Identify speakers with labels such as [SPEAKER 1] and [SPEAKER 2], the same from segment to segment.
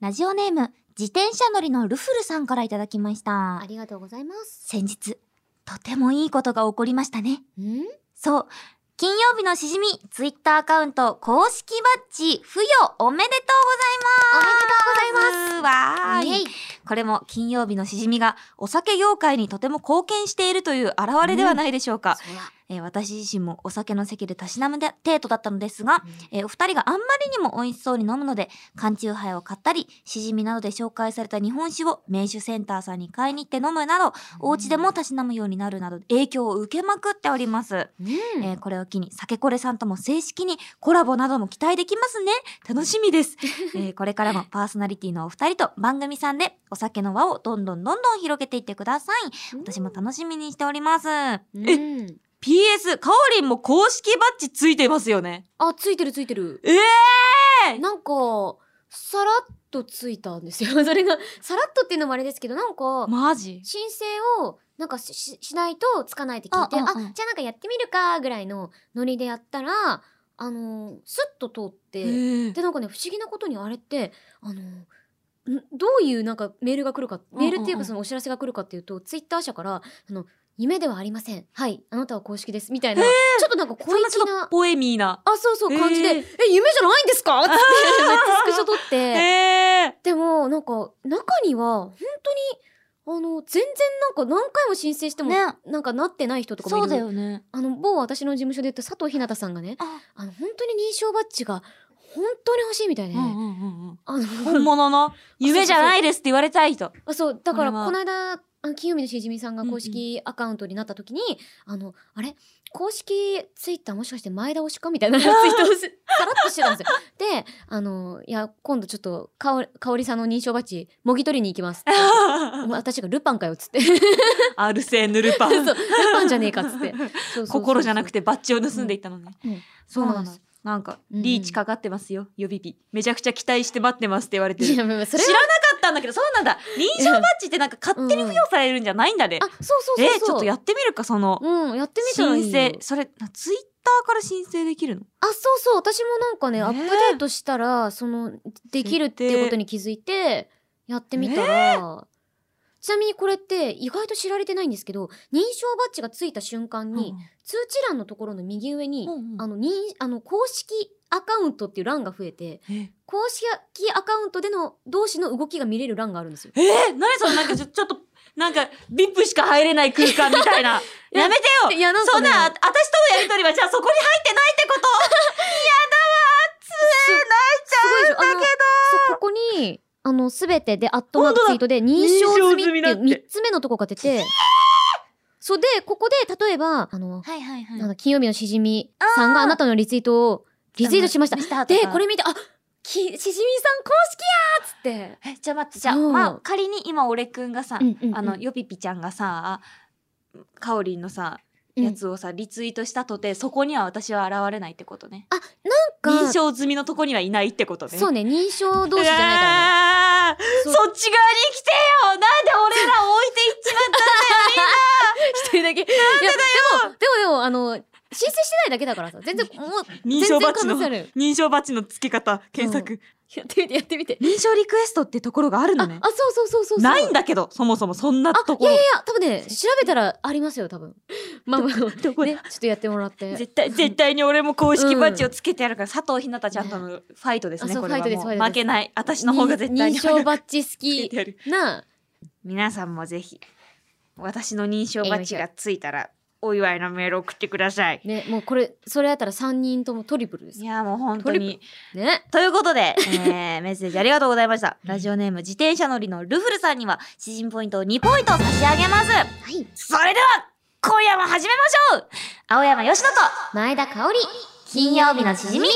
[SPEAKER 1] ラジオネーム、自転車乗りのルフルさんからいただきまし
[SPEAKER 2] あ
[SPEAKER 1] た。
[SPEAKER 2] りがとうございます。
[SPEAKER 1] 先日、とてもいいことが起こりましたね。
[SPEAKER 2] ん
[SPEAKER 1] そう。金曜日のしじみ、ツイッターアカウント公式バッジ、付与おめでとうございます。おめでとうございます。わーい。
[SPEAKER 2] イエイ
[SPEAKER 1] これも金曜日のしじみがお酒業界にとても貢献しているという表れではないでしょうか、
[SPEAKER 2] そうだ
[SPEAKER 1] えー私自身もお酒の席でたしなむで程度だったのですが、えーお二人があんまりにも美味しそうに飲むので缶チューハイを買ったりしじみなどで紹介された日本酒を名酒センターさんに買いに行って飲むなどお家でもたしなむようになるなど影響を受けまくっております、
[SPEAKER 2] うん
[SPEAKER 1] えーこれを機に酒これさんとも正式にコラボなども期待できますね楽しみ です、えーこれからもパーソナリティのお二人と番組さんでお酒の輪をどんどんどんどん広げていってください私も楽しみにしております、
[SPEAKER 2] うん。
[SPEAKER 1] PS かおりんも公式バッジついてますよね
[SPEAKER 2] あ、ついてるついてる。
[SPEAKER 1] ええ
[SPEAKER 2] なんか、さらっとついたんですよ。そ れが、さらっとっていうのもあれですけど、なんか、
[SPEAKER 1] マジ
[SPEAKER 2] 申請をなんかしししないとつかないって聞いて
[SPEAKER 1] あ
[SPEAKER 2] あ,、
[SPEAKER 1] うんうん
[SPEAKER 2] じゃあなんかやってみるかぐらいのノリでやったらあのースッと通って、でなんかね不思議なことにあれってあのーんどういうなんかメールが来るか
[SPEAKER 1] うんうん
[SPEAKER 2] メールっていうかそのお知らせが来るかっていうと、ツイッター社からあの「夢ではありませんはいあなたは公式です」みたいな、ちょっとなんか
[SPEAKER 1] そ
[SPEAKER 2] 小
[SPEAKER 1] んなち
[SPEAKER 2] 粋
[SPEAKER 1] ょ
[SPEAKER 2] な
[SPEAKER 1] っとポエミーな
[SPEAKER 2] あそうそう感じで「
[SPEAKER 1] え
[SPEAKER 2] え
[SPEAKER 1] ー
[SPEAKER 2] 夢じゃないんで すか?」っつってめっちゃスクショ撮って。
[SPEAKER 1] ええ
[SPEAKER 2] でもなんか中には本当にあの全然なんか何回も申請しても、
[SPEAKER 1] ね
[SPEAKER 2] なんかなってない人とか
[SPEAKER 1] そ
[SPEAKER 2] もいる
[SPEAKER 1] うだよね
[SPEAKER 2] あの某私の事務所で言った佐藤ひなたさんがね
[SPEAKER 1] あ、
[SPEAKER 2] あの本当に認証バッジが本当に欲しいみたいで、
[SPEAKER 1] うんうんうんうん
[SPEAKER 2] あの
[SPEAKER 1] 本物 の夢じゃないですって言われたいと
[SPEAKER 2] あそうだから
[SPEAKER 1] これは
[SPEAKER 2] この間あの金曜日のしじみさんが
[SPEAKER 1] うんうん
[SPEAKER 2] 公式アカウントになった時に、あのあれ公式ツイッターもしかして前倒しかみたいな ツイートをすさらっとしてたんですよ。であのいや今度ちょっとかおかおりさんの認証バッジもぎ取りに行きますって私がルパンかよっつってそう
[SPEAKER 1] アルセーヌ・ルパ ン
[SPEAKER 2] ルパンじゃねえかっつって
[SPEAKER 1] 心じゃなく
[SPEAKER 2] て
[SPEAKER 1] てバッジを盗んでいったのね、
[SPEAKER 2] うんうん
[SPEAKER 1] そうなん
[SPEAKER 2] そうなん
[SPEAKER 1] だ
[SPEAKER 2] で
[SPEAKER 1] なんか
[SPEAKER 2] うんうん
[SPEAKER 1] リーチかかってますよ予備日めちゃくちゃ期待して待ってますって言われて
[SPEAKER 2] い
[SPEAKER 1] る
[SPEAKER 2] やまあまあそ
[SPEAKER 1] 知
[SPEAKER 2] れ
[SPEAKER 1] ら
[SPEAKER 2] は
[SPEAKER 1] なかったんだけどそうなんだ認証バッジってなんか勝手に付与されるんじゃないんだね、
[SPEAKER 2] あそうそうそうそう
[SPEAKER 1] えーちょっとやってみるかその
[SPEAKER 2] うんやってみたらい
[SPEAKER 1] 申
[SPEAKER 2] いよ
[SPEAKER 1] 請それなツイッターから申請できるの
[SPEAKER 2] あそうそう私もなんかね
[SPEAKER 1] ねえ
[SPEAKER 2] アップデートしたらそのできるってことに気づいてやってみたらちなみにこれって意外と知られてないんですけど認証バッジがついた瞬間に通知欄のところの右上に
[SPEAKER 1] うんうん
[SPEAKER 2] あの認あの公式アカウントっていう欄が増えて
[SPEAKER 1] えー
[SPEAKER 2] 公式アカウントでの同士の動きが見れる欄があるんですよ。
[SPEAKER 1] えー何そのなんかちょちょっとなんかビップしか入れない空間み たいな
[SPEAKER 2] いや
[SPEAKER 1] やめてよ
[SPEAKER 2] いやなんかね
[SPEAKER 1] そんなあ私とのやりとりはじゃあそこに入ってないってこと
[SPEAKER 2] すすごいでしょあのそうここにあのすべてでアットマークツイートで認証済みって
[SPEAKER 1] 認証済
[SPEAKER 2] い
[SPEAKER 1] みだっ
[SPEAKER 2] う
[SPEAKER 1] て
[SPEAKER 2] 三つ目のとこが出てそうでここで例えばあの、
[SPEAKER 1] はいはいは
[SPEAKER 2] なんだ金曜日のしじみさんがあなたのリツイートをリツイートしましたでこれ見てあきしじみさん公式やーっつって
[SPEAKER 1] えじゃあ待ってじゃあ、
[SPEAKER 2] そう
[SPEAKER 1] まあ、仮に今俺くんがさ、
[SPEAKER 2] うんうんうん
[SPEAKER 1] あのよぴぴちゃんがさかおりんのさ
[SPEAKER 2] うん
[SPEAKER 1] やつをさ、リツイートしたとてそこには私は現れないってことね
[SPEAKER 2] あなんか
[SPEAKER 1] 認証済みのとこにはいないってことね
[SPEAKER 2] そうね認証同士じゃな
[SPEAKER 1] ら
[SPEAKER 2] いからね
[SPEAKER 1] ねそ
[SPEAKER 2] そ
[SPEAKER 1] っ
[SPEAKER 2] う
[SPEAKER 1] ち側に来てよなんで俺らを置いていっちまった
[SPEAKER 2] 一人だけ。いやでも、でもでも、あの、申請してないだけだからさ、全然、もう、
[SPEAKER 1] 認証バッジの
[SPEAKER 2] 全然可能性ある
[SPEAKER 1] 認証バッジの付け方検索、
[SPEAKER 2] やってみて、やってみて。
[SPEAKER 1] 認証リクエストってところがある
[SPEAKER 2] あ、
[SPEAKER 1] の
[SPEAKER 2] あ
[SPEAKER 1] ね、
[SPEAKER 2] そうそうそうそうそう。
[SPEAKER 1] ないんだけどそもそもそんな
[SPEAKER 2] あ
[SPEAKER 1] と、
[SPEAKER 2] い
[SPEAKER 1] ころ
[SPEAKER 2] やいやいや、多分ね、調べたらありますよ、多分。まあまあ、ね、ち
[SPEAKER 1] どこ
[SPEAKER 2] ょっとやってもらっ て。
[SPEAKER 1] 絶対絶対に俺も公式バッジをつけてやるから、佐藤ひなたちゃんとのファイトですね
[SPEAKER 2] あそう
[SPEAKER 1] これは
[SPEAKER 2] ファイト
[SPEAKER 1] も
[SPEAKER 2] ですファ
[SPEAKER 1] う
[SPEAKER 2] イトです
[SPEAKER 1] 負けない私の方が絶対に
[SPEAKER 2] 認証
[SPEAKER 1] ッ
[SPEAKER 2] バッジ好
[SPEAKER 1] つけて
[SPEAKER 2] き
[SPEAKER 1] やる
[SPEAKER 2] な、
[SPEAKER 1] 皆さんもぜひ私の認証バッジがついたらお祝いのメールを送ってください
[SPEAKER 2] ね、もうこれ、それやったら3人ともトリプルです
[SPEAKER 1] い。やもう本当に
[SPEAKER 2] ね。
[SPEAKER 1] ということで、えー、メッセージありがとうございましたラジオネーム自転車乗りのルフルさんには詩人ポイントを2ポイント差し上げます
[SPEAKER 2] はい。
[SPEAKER 1] それでは今夜も始めましょう青山よしと
[SPEAKER 2] 前田香織、
[SPEAKER 1] 金曜日のしじみ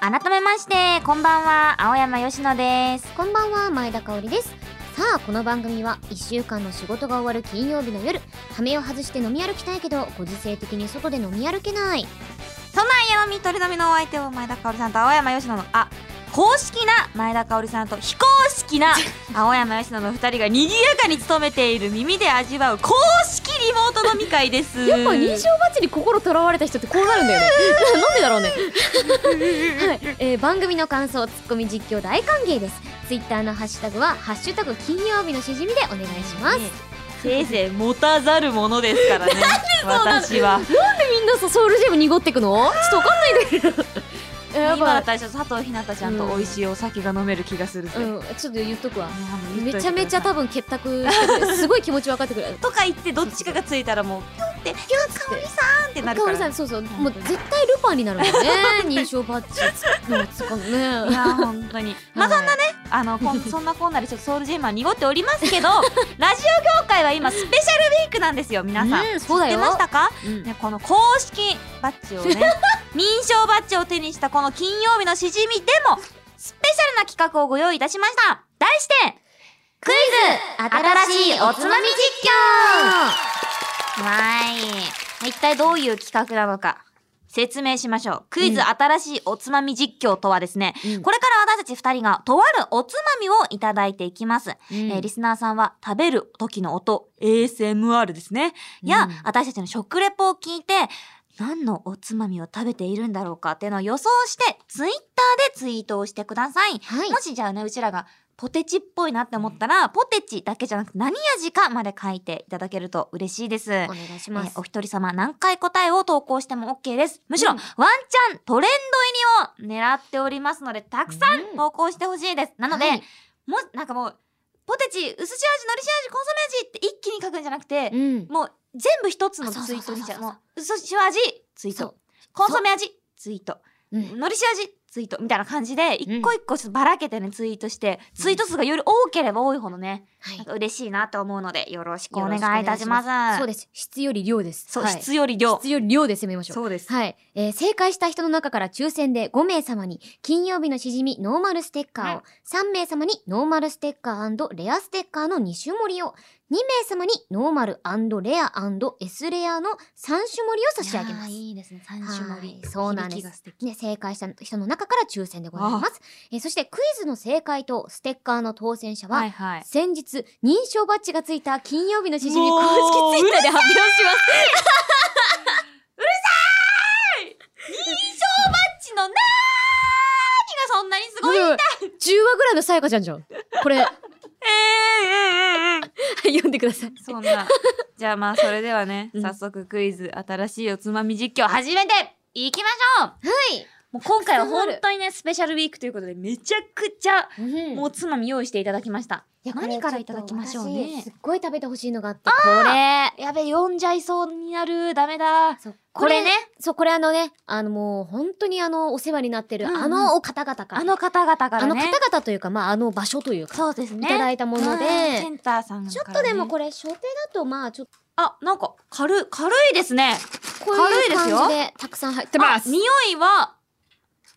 [SPEAKER 1] 改めましてこんばんは青山よしのです
[SPEAKER 2] こんばんは、前田香織です。さあ、この番組は1週間の仕事が終わる金曜日の夜、羽目を外して飲み歩きたいけど、ご時世的に外で飲み歩けない。
[SPEAKER 1] 都内山見取り飲みのお相手を前田香織さんと青山よしののあ公式な前田香織さんと非公式 な青山よしのの二人が賑やかに務めている耳で味わう公式リモート飲み会です
[SPEAKER 2] やっぱ認証バッジに心とらわれた人ってこうなるんだよね。なんでだろうね。はい、えー番組の感想ツッコミ実況大歓迎ですツイッターのハッシュタグは「ハッシュタグ金曜日のしじみ」でお願いします、
[SPEAKER 1] ねせいぜい持たざるものですからね私は
[SPEAKER 2] みんなさソウルジェム濁ってくのちょっとわかんないで や
[SPEAKER 1] 今
[SPEAKER 2] ば
[SPEAKER 1] だ
[SPEAKER 2] い
[SPEAKER 1] ったらちょっと佐藤ひなたちゃんと美味しいお酒が飲める気がするぜ、
[SPEAKER 2] うんちょっと言っとくわ
[SPEAKER 1] ねあの言っ
[SPEAKER 2] め
[SPEAKER 1] といてくだ
[SPEAKER 2] ち
[SPEAKER 1] さ
[SPEAKER 2] ゃ
[SPEAKER 1] い
[SPEAKER 2] めちゃ多分結託してくれすごい気持ち分かってく れる
[SPEAKER 1] とか言ってどっちかがついたらもうピョンって「ひなかおりさん!」ってなるか
[SPEAKER 2] かお
[SPEAKER 1] ら
[SPEAKER 2] りさんそうそうもう絶対ルパンになるもんね 認証バッジつもうつかむ
[SPEAKER 1] い
[SPEAKER 2] ね
[SPEAKER 1] やー本 当にまあそんなねあのこんそんなこんなでちょっとソウルジェムは濁っております けどラジオ業界は今スペシャルウィークなんですよ皆さん、
[SPEAKER 2] うんそうだ
[SPEAKER 1] 知
[SPEAKER 2] よ
[SPEAKER 1] ってましたか、
[SPEAKER 2] うん
[SPEAKER 1] ね、この公式バッジを ね民賞バッジを手にしたこの金曜日のしじみでもスペシャルな企画をご用意いたしました題してクイズ新しいおつまみ実況わーい一体どういう企画なのか説明しましょう。クイズ
[SPEAKER 2] うん
[SPEAKER 1] 新しいおつまみ実況とはですね、
[SPEAKER 2] うん
[SPEAKER 1] これから私たち二人がとあるおつまみをいただいていきます。
[SPEAKER 2] うん
[SPEAKER 1] えーリスナーさんは食べる時の音、ASMR ですね。や、
[SPEAKER 2] うん
[SPEAKER 1] 私たちの食レポを聞いて、何のおつまみを食べているんだろうかっていうのを予想して、ツイッターでツイートをしてください。
[SPEAKER 2] はい
[SPEAKER 1] もしじゃあね、うちらがポテチっぽいなって思ったら、ポテチだけじゃなくて何味かまで書いていただけると嬉しいです。
[SPEAKER 2] お願いし
[SPEAKER 1] え
[SPEAKER 2] ま
[SPEAKER 1] ー
[SPEAKER 2] す
[SPEAKER 1] お一人様何回答えを投稿しても OK です。むしろ、
[SPEAKER 2] うん
[SPEAKER 1] ワンチャントレンド入りを狙っておりますので、たくさ
[SPEAKER 2] うん
[SPEAKER 1] ん投稿してほしいです。なので、
[SPEAKER 2] はい
[SPEAKER 1] もう、なんかもう、ポテチ、薄塩味、のり塩味、コンソメ味って一気に書くんじゃなくて、
[SPEAKER 2] うん
[SPEAKER 1] もう全部一つのツイートにしちゃう。
[SPEAKER 2] あそうそうそうそう
[SPEAKER 1] もう、薄塩味、ツイー
[SPEAKER 2] そ
[SPEAKER 1] ト
[SPEAKER 2] う。
[SPEAKER 1] コンソメ味、ツイート。
[SPEAKER 2] うん
[SPEAKER 1] のり塩味、ツイート。みたいな感じで、一個一個ちょっとばらけてね、ツイートして、ツイート数がより多ければ多いほどね、
[SPEAKER 2] はい
[SPEAKER 1] なんか嬉しいなと思うので、よろしくお
[SPEAKER 2] よろ
[SPEAKER 1] 願
[SPEAKER 2] しくお
[SPEAKER 1] いいたします。
[SPEAKER 2] そうです質より量です
[SPEAKER 1] そう、
[SPEAKER 2] はい
[SPEAKER 1] 質より量。
[SPEAKER 2] 質より量で攻めましょう
[SPEAKER 1] うです。
[SPEAKER 2] はい、えー正解した人の中から抽選で5名様に金曜日のしじみノーマルステッカー
[SPEAKER 1] う
[SPEAKER 2] を、
[SPEAKER 1] ん
[SPEAKER 2] 3名様にノーマルステッカーレアステッカーの2種盛りを2名様にノーマルレア &S レアの3種盛りを差し上げます。
[SPEAKER 1] いいですね。三
[SPEAKER 2] 種盛りそうなんで
[SPEAKER 1] 響
[SPEAKER 2] す
[SPEAKER 1] きが素敵
[SPEAKER 2] ね、正解した人の中から抽選でございます。えーそしてクイズの正解とステッカーの当選者は、
[SPEAKER 1] はいはい。
[SPEAKER 2] 先日認証バッジがついた金曜日のしじみ
[SPEAKER 1] も
[SPEAKER 2] 公
[SPEAKER 1] う
[SPEAKER 2] 式ツイッターで発表します。
[SPEAKER 1] タッチのなーにがそんなにすごい。え
[SPEAKER 2] うん10話ぐらいのさやかちゃんじゃん。これ、
[SPEAKER 1] えええ
[SPEAKER 2] 読んでください。
[SPEAKER 1] そんな。じゃあまあそれではね、
[SPEAKER 2] うん
[SPEAKER 1] 早速クイズ新しいおつまみ実況始めていきましょう
[SPEAKER 2] はい。
[SPEAKER 1] もう今回は本当にね、スペシャルウィークということで、めちゃくちゃ、もうおつまみ用意していただきました。
[SPEAKER 2] いや
[SPEAKER 1] 何からいただきましょう
[SPEAKER 2] これちょっと私
[SPEAKER 1] ね
[SPEAKER 2] す。っごい食べてほしいのがあって、
[SPEAKER 1] こ
[SPEAKER 2] これ。
[SPEAKER 1] れ、やべ、読んじゃいそうになる。ダメだ。
[SPEAKER 2] そう
[SPEAKER 1] これね。、
[SPEAKER 2] そう、これあのね、あのもう本当にあの、お世話になってる、
[SPEAKER 1] うんうん
[SPEAKER 2] あのお方々から。
[SPEAKER 1] あの方々からね。
[SPEAKER 2] あの方々というか、まああの場所というか、
[SPEAKER 1] そうですね。
[SPEAKER 2] いただいたもの
[SPEAKER 1] うん
[SPEAKER 2] で、
[SPEAKER 1] センターさん
[SPEAKER 2] ちょ
[SPEAKER 1] か
[SPEAKER 2] っ
[SPEAKER 1] ら
[SPEAKER 2] と
[SPEAKER 1] ね
[SPEAKER 2] でもこれ、初手だとまあちょっと、
[SPEAKER 1] あ、なんか軽い、軽いですね。
[SPEAKER 2] こういう
[SPEAKER 1] 軽いですよ
[SPEAKER 2] 感じでたくさん入ってます。
[SPEAKER 1] あ匂いは、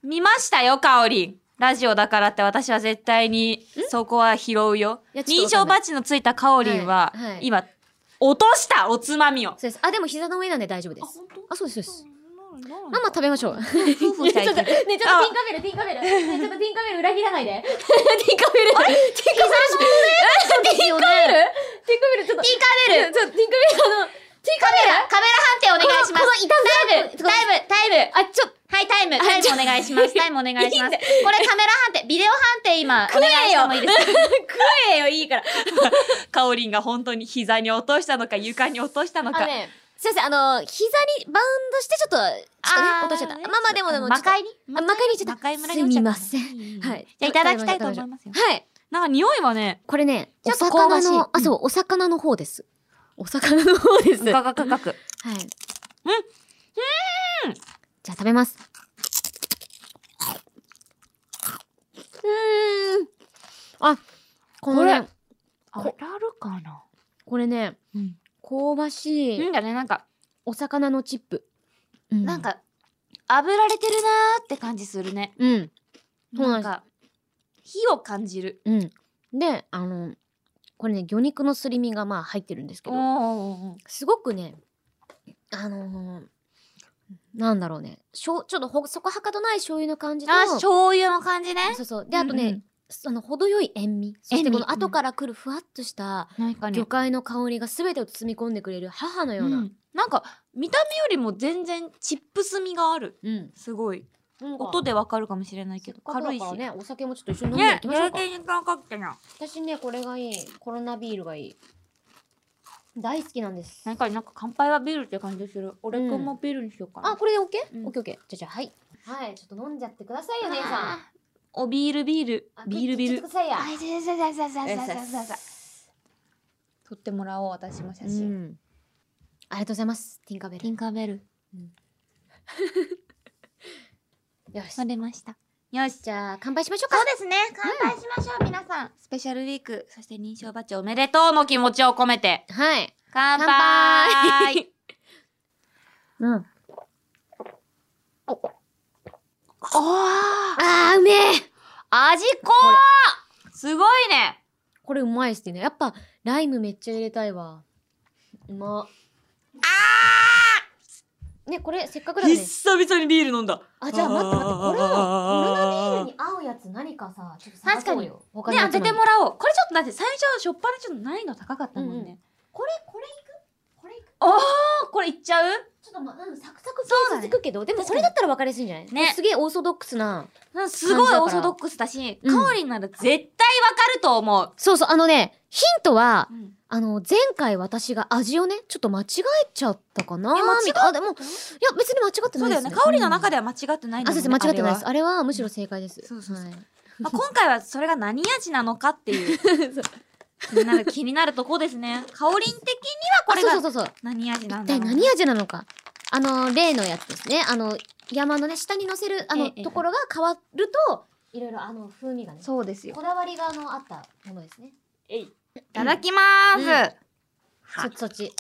[SPEAKER 1] 見ましたよ、香り。ラジオだからって私は絶対に、そこは拾うよ
[SPEAKER 2] いや。ちょ
[SPEAKER 1] 認
[SPEAKER 2] っとわ
[SPEAKER 1] 証
[SPEAKER 2] かんな
[SPEAKER 1] バ
[SPEAKER 2] い
[SPEAKER 1] ッジのついた香りは、
[SPEAKER 2] はいはい
[SPEAKER 1] 今、落としたおつまみを。
[SPEAKER 2] そうです。あ、でも膝の上なんで大丈夫です。あ、そうです、そうです。まあまあ食べましょう。
[SPEAKER 1] 夫婦
[SPEAKER 2] ね
[SPEAKER 1] 最
[SPEAKER 2] ちょっと、ね、
[SPEAKER 1] 近。
[SPEAKER 2] ちょっとティンカベル、ティンカベル。ね、ちょっとティンカベル裏切らないで。 ティンカベル、ティンカベル、ティンカベル、ティンカベル、ちょっと、ティンカベル、ちょっと、ティンカベ
[SPEAKER 1] カメラ
[SPEAKER 2] ル、あの、ティンカベル、
[SPEAKER 1] 判定お願いします。
[SPEAKER 2] こ
[SPEAKER 1] タ
[SPEAKER 2] のこの
[SPEAKER 1] イム、
[SPEAKER 2] 痛さ
[SPEAKER 1] タイム、タイム。
[SPEAKER 2] あ、ちょっと、
[SPEAKER 1] はい、タイム、タイムお願いし ます。タイムお願いします。これカメラ判定、ビデオ判定今、お願いしてもいいですか
[SPEAKER 2] 食えよ、い いから。
[SPEAKER 1] カオリンが本当に膝に落としたのか床に落としたの
[SPEAKER 2] あの
[SPEAKER 1] か。
[SPEAKER 2] ね、先生、あの、膝にバウンドして、ちょっと、ちょっとね、落としちゃった。まあまあ、でもでも、
[SPEAKER 1] 魔界に
[SPEAKER 2] あ魔界に行っちゃった
[SPEAKER 1] 魔界村に落ちゃった
[SPEAKER 2] すみません
[SPEAKER 1] いいいい
[SPEAKER 2] はい
[SPEAKER 1] じゃあいただきたいと思いますよ。
[SPEAKER 2] はい。
[SPEAKER 1] なんか匂いはね、
[SPEAKER 2] これね、
[SPEAKER 1] ち
[SPEAKER 2] お
[SPEAKER 1] ょっと香ばし
[SPEAKER 2] 魚
[SPEAKER 1] い
[SPEAKER 2] の、あ、そう、お魚の方です。お魚の方です。
[SPEAKER 1] ガガガガク。
[SPEAKER 2] はい。うん。じゃあ食べます。うーん。あ、このね、
[SPEAKER 1] あらるかな
[SPEAKER 2] これね、
[SPEAKER 1] うん。
[SPEAKER 2] 香ばし
[SPEAKER 1] い
[SPEAKER 2] い
[SPEAKER 1] いんだね、なんか、
[SPEAKER 2] お魚のチップ。うん
[SPEAKER 1] なん、か、炙られてるなーって感じするね。
[SPEAKER 2] うん、そ
[SPEAKER 1] な
[SPEAKER 2] うなん
[SPEAKER 1] ん
[SPEAKER 2] です
[SPEAKER 1] か、火を感じる。
[SPEAKER 2] うん。で、あの、これね、魚肉のすり身がまあ入ってるんですけ
[SPEAKER 1] お
[SPEAKER 2] ど、
[SPEAKER 1] ー
[SPEAKER 2] すごくね、あのーなんだろうね、しょうちょっとほそこはかどない醤油の感じと、
[SPEAKER 1] あー、醤油の感じね。
[SPEAKER 2] そうそう。で、あと
[SPEAKER 1] うんう
[SPEAKER 2] ね
[SPEAKER 1] ん、
[SPEAKER 2] その程よい塩味。そして
[SPEAKER 1] 塩味
[SPEAKER 2] この後から来るふわっとした
[SPEAKER 1] なんか
[SPEAKER 2] 魚介の香りが全てを包み込んでくれる母のよう
[SPEAKER 1] う
[SPEAKER 2] な。
[SPEAKER 1] んなんか、見た目よりも全然チップス味がある。
[SPEAKER 2] うん。
[SPEAKER 1] すごい。音でわかるかもしれないけど、軽いし。ね、
[SPEAKER 2] ね、お酒もちょっと一緒に飲んで
[SPEAKER 1] や
[SPEAKER 2] いきましょう
[SPEAKER 1] る
[SPEAKER 2] か。
[SPEAKER 1] 気にかかってな。
[SPEAKER 2] 私ね、これがいい。コロナビールがいい。大好きなんです。
[SPEAKER 1] なんか、なんか乾杯はビールって感じする。俺くんもビールにしようかな。
[SPEAKER 2] あ、これで OK?、
[SPEAKER 1] うん
[SPEAKER 2] オッケーオッケー。じゃあじゃあ、はい。はい、ちょっと飲んじゃってくださいよ、姉さん。
[SPEAKER 1] おビールビール
[SPEAKER 2] あ。
[SPEAKER 1] ビールビー
[SPEAKER 2] ちょ
[SPEAKER 1] ル
[SPEAKER 2] っと。くださいや。
[SPEAKER 1] い、ささささ
[SPEAKER 2] ささささ
[SPEAKER 1] 撮ってもらおう、私も写
[SPEAKER 2] う。ん。ありがとうございます。ティンカーベル。
[SPEAKER 1] ティンカーベル。
[SPEAKER 2] よし
[SPEAKER 1] 撮。れました。よし。
[SPEAKER 2] じゃあ、乾杯しましょうか
[SPEAKER 1] そう。ですね。乾杯しましょう、皆さん。スペシャルウィーク、そして認証バッジおめでとうの気持ちを込めて。
[SPEAKER 2] はい。
[SPEAKER 1] 乾杯
[SPEAKER 2] 乾杯うん。あ
[SPEAKER 1] おー
[SPEAKER 2] あー、うめえ
[SPEAKER 1] 味濃ーすごいね
[SPEAKER 2] これうまいっすね。やっぱ、ライムめっちゃ入れたいわ。うま。ああね、これ、せっかくだね。
[SPEAKER 1] 々にビール飲んだ
[SPEAKER 2] あ、じゃあ待って待って、これを、コロナビール
[SPEAKER 1] に
[SPEAKER 2] に合うやつ何かさ、ちょっと探そうよ。他
[SPEAKER 1] ね、
[SPEAKER 2] の
[SPEAKER 1] 当
[SPEAKER 2] やつ
[SPEAKER 1] ててもらおう。これちょっとだって最初、しょっぱなちょっと難易度高かったもん
[SPEAKER 2] うんう
[SPEAKER 1] ね。
[SPEAKER 2] これ、これいくこれいく
[SPEAKER 1] あこれいっちゃう
[SPEAKER 2] ちょっとま、うん、サクサク
[SPEAKER 1] そうだ
[SPEAKER 2] 系
[SPEAKER 1] ね
[SPEAKER 2] 続くけど、でもこれだったら分かりやすいんじゃない
[SPEAKER 1] ね
[SPEAKER 2] すげえオーソドックスな。
[SPEAKER 1] うんすごいオーソドックスだし、
[SPEAKER 2] うん
[SPEAKER 1] 香りになら絶対わかると思う。
[SPEAKER 2] そうそう、あのね、ヒントは、
[SPEAKER 1] うん、
[SPEAKER 2] あの、前回私が味をね、ちょっと間違えちゃったかな
[SPEAKER 1] え間違
[SPEAKER 2] みたいなあ、でも、いや、別に間違って
[SPEAKER 1] そ
[SPEAKER 2] な
[SPEAKER 1] う
[SPEAKER 2] い
[SPEAKER 1] だ
[SPEAKER 2] で
[SPEAKER 1] よ
[SPEAKER 2] す、
[SPEAKER 1] ね。香りの中で
[SPEAKER 2] で、
[SPEAKER 1] は間違ってないん
[SPEAKER 2] あ、
[SPEAKER 1] だも
[SPEAKER 2] 先
[SPEAKER 1] んね
[SPEAKER 2] 生、間違ってないで
[SPEAKER 1] あれ
[SPEAKER 2] す。
[SPEAKER 1] は
[SPEAKER 2] あれはむしろ正解です。
[SPEAKER 1] そうそうそう
[SPEAKER 2] はい
[SPEAKER 1] まあ今回はそれが何味なのかっていう。気になる、気になるとこですね。香り的にはこれ
[SPEAKER 2] あそ
[SPEAKER 1] が
[SPEAKER 2] うそうそうそう。
[SPEAKER 1] 何味なん
[SPEAKER 2] 一
[SPEAKER 1] だろ
[SPEAKER 2] 体
[SPEAKER 1] うな。
[SPEAKER 2] 何味なのか。あの、例のやつですね。あの、山のね、下に乗せる、あ
[SPEAKER 1] え
[SPEAKER 2] の、
[SPEAKER 1] えええ
[SPEAKER 2] ところが変わると、いろいろ、あの、風味がね、
[SPEAKER 1] そうですよ。
[SPEAKER 2] こだわりが、あの、あったものですね。
[SPEAKER 1] えい。いただきまーす。
[SPEAKER 2] うん
[SPEAKER 1] は
[SPEAKER 2] そっちそっち。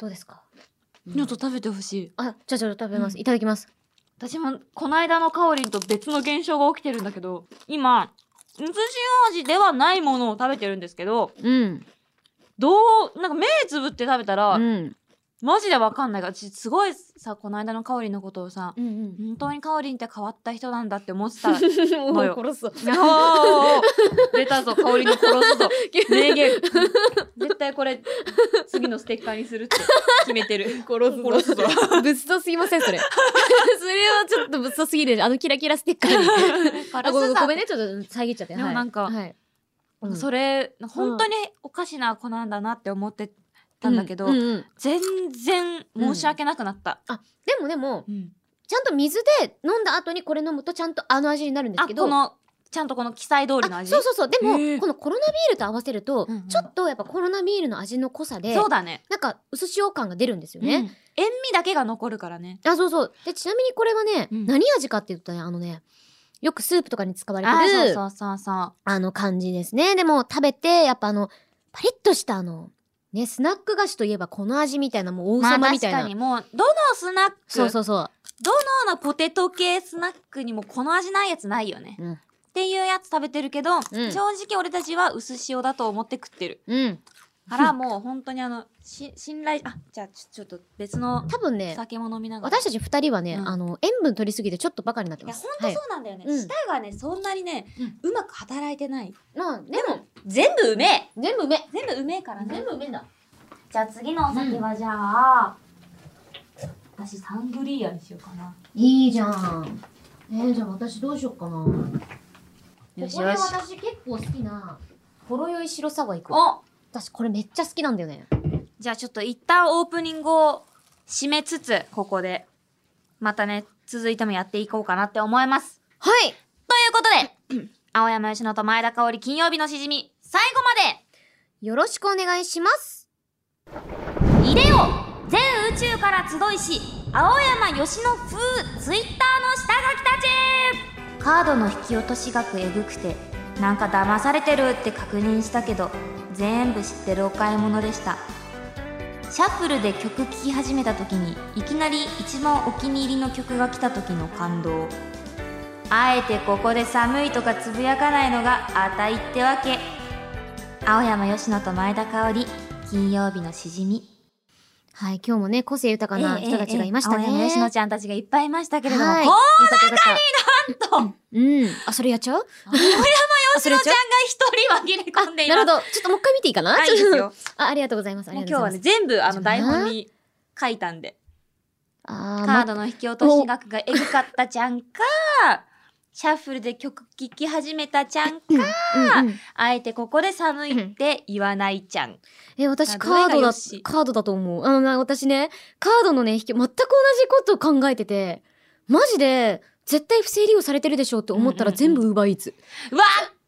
[SPEAKER 2] どうですか
[SPEAKER 1] ちょっと食べてほしい。
[SPEAKER 2] あ、じゃあじゃあ食べます。
[SPEAKER 1] うん
[SPEAKER 2] いただきます。
[SPEAKER 1] 私もこの間の香りと別の現象が起きてるんだけど、今、うつ塩味ではないものを食べてるんですけど、
[SPEAKER 2] うん。
[SPEAKER 1] どう、なんか目つぶって食べたら、
[SPEAKER 2] うん。
[SPEAKER 1] マジでわかんないから、私すごいさ、この間の香りのことをさ、
[SPEAKER 2] うんうん。
[SPEAKER 1] 本当に香りって変わった人なんだって思ってた
[SPEAKER 2] も
[SPEAKER 1] の
[SPEAKER 2] う
[SPEAKER 1] よ
[SPEAKER 2] 殺すぞ。
[SPEAKER 1] おー出たぞ、香りの殺すぞ。名言。 絶対これ、次のステッカーにする って決めてる。殺
[SPEAKER 2] すぞ
[SPEAKER 1] 殺すぞ。
[SPEAKER 2] ぶっそすぎませ ん、それ。それはちょっとぶっそすぎる。あのキラキラステッ カーに。 あ、ごめんごめんね、ちょっと遮っちゃって。
[SPEAKER 1] でも
[SPEAKER 2] はい
[SPEAKER 1] なんか
[SPEAKER 2] はい。うん
[SPEAKER 1] それ、本当におかしな子なんだなって思ってたんだけど、
[SPEAKER 2] ううんうん
[SPEAKER 1] 全然申し訳なくなった。
[SPEAKER 2] でもでも、
[SPEAKER 1] うん
[SPEAKER 2] ちゃんと水で飲んだ後にこれ飲むとちゃんとあの味になるんです
[SPEAKER 1] あ、
[SPEAKER 2] けど。
[SPEAKER 1] この、ちゃんとこの記載通りの
[SPEAKER 2] あ
[SPEAKER 1] 味
[SPEAKER 2] そうそうそう。でも、
[SPEAKER 1] へー
[SPEAKER 2] このコロナビールと合わせると、
[SPEAKER 1] うんうん
[SPEAKER 2] ちょっとやっぱコロナビールの味の濃さで、
[SPEAKER 1] そうだね。
[SPEAKER 2] なんか薄塩感が出るんですよ
[SPEAKER 1] うん塩
[SPEAKER 2] ね。
[SPEAKER 1] 味だけが残るからね。
[SPEAKER 2] あ、そうそう。で、ちなみにこれはね、
[SPEAKER 1] うん
[SPEAKER 2] 何味かって言うとね、あのね、よくスープとかに使われて
[SPEAKER 1] あ、そう
[SPEAKER 2] る、
[SPEAKER 1] そうそうそう。
[SPEAKER 2] あの感じですね。でも食べて、やっぱあの、パリッとしたあの、ね、スナック菓子といえばこの味みたいな、もう王
[SPEAKER 1] まあ
[SPEAKER 2] 様み
[SPEAKER 1] 確
[SPEAKER 2] たいな。
[SPEAKER 1] かにもう、どのスナック、
[SPEAKER 2] そうそうそ
[SPEAKER 1] どのポテト系スナックにもこの味ないやつないよね。
[SPEAKER 2] う。うん。
[SPEAKER 1] っていうやつ食べてるけど、
[SPEAKER 2] ん
[SPEAKER 1] 正直俺たちは薄塩だと思って食ってる。
[SPEAKER 2] うん。
[SPEAKER 1] からもう本当にあの、し信頼、あ、じゃあちょちょっと別の
[SPEAKER 2] 多分ね、
[SPEAKER 1] 酒も飲みながら。
[SPEAKER 2] 私たち二人はね、
[SPEAKER 1] うん
[SPEAKER 2] あの、塩分取りすぎてちょっとバカになって
[SPEAKER 1] い
[SPEAKER 2] ま
[SPEAKER 1] や、
[SPEAKER 2] す。
[SPEAKER 1] 本当そうなんだよね。
[SPEAKER 2] うん
[SPEAKER 1] 舌がね、そんなにね、うまく働いてない。
[SPEAKER 2] はい、まあ、でも、
[SPEAKER 1] 全部うめえ
[SPEAKER 2] 全部うめえ。
[SPEAKER 1] 全部うめえからね。
[SPEAKER 2] 部うめえんだ。
[SPEAKER 1] じゃあ次のお酒はじゃあ、私サングリーアにしようかな。
[SPEAKER 2] いいじゃん。えー、じゃあ私どうしよっかな。ここ
[SPEAKER 1] よ
[SPEAKER 2] で
[SPEAKER 1] しよし
[SPEAKER 2] 私結構好きな、ほろ酔い白沢行く。
[SPEAKER 1] お
[SPEAKER 2] 私これめっちゃ好きなんだよね。
[SPEAKER 1] じゃあちょっと一旦オープニングを締めつつ、ここで、またね、続いてもやっていこうかなって思います。
[SPEAKER 2] はい。
[SPEAKER 1] ということで、青山吉乃と前田香織金曜日のしじみ、最後
[SPEAKER 2] よろしくお願いします。
[SPEAKER 1] まで、入れよう全宇宙から集いし、青山吉乃風ツイッターの下書きたちカードの引き落とし額えぐくて、なんか騙されてるって確認したけど、全部知ってるお買い物でした。シャッフルで曲聴き始めた時にいきなり一番お気に入りの曲が来た時の感動あえてここで寒いとかつぶやかないのがあたいってわけ青山佳乃と前田香織金曜日のしじみ
[SPEAKER 2] はい、今日もね、個性豊かな人たちがいましたね。
[SPEAKER 1] ええええ青山佳乃ちゃんたちがいっぱいいましたけれども、
[SPEAKER 2] はい
[SPEAKER 1] こ
[SPEAKER 2] よかったよか
[SPEAKER 1] うなんと
[SPEAKER 2] ったうん。あ、それやっちゃう
[SPEAKER 1] 青山
[SPEAKER 2] あ、
[SPEAKER 1] 佳
[SPEAKER 2] それや
[SPEAKER 1] 乃
[SPEAKER 2] っち
[SPEAKER 1] ち
[SPEAKER 2] ゃう
[SPEAKER 1] ゃんが一人紛れ込んでい
[SPEAKER 2] な
[SPEAKER 1] ます
[SPEAKER 2] るほど。ちょっともう一回見ていいかな
[SPEAKER 1] あ いいですよ
[SPEAKER 2] あ、ありがとうございます。あ
[SPEAKER 1] もう
[SPEAKER 2] り
[SPEAKER 1] 今日
[SPEAKER 2] がとうご
[SPEAKER 1] はね
[SPEAKER 2] ざいます。
[SPEAKER 1] 全部あの台本に書いたんで
[SPEAKER 2] あ
[SPEAKER 1] カ
[SPEAKER 2] ー
[SPEAKER 1] ー
[SPEAKER 2] ま
[SPEAKER 1] ドの引き落とし額がエグかったちゃんか、シャッフルで曲聴き始めたちゃんか、
[SPEAKER 2] うんうん
[SPEAKER 1] あえてここで寒いって言わないちゃん。
[SPEAKER 2] え、私
[SPEAKER 1] あ
[SPEAKER 2] カー
[SPEAKER 1] どれ
[SPEAKER 2] ド
[SPEAKER 1] がよ
[SPEAKER 2] だ
[SPEAKER 1] し、
[SPEAKER 2] カードだと思う。あのな、私ね、カードのね、引き、全く同じことを考えてて、マジで、絶対不正利用されてるでしょうって思ったら
[SPEAKER 1] うんうんう
[SPEAKER 2] 全
[SPEAKER 1] ん
[SPEAKER 2] 部ウーバーイーツ。
[SPEAKER 1] わ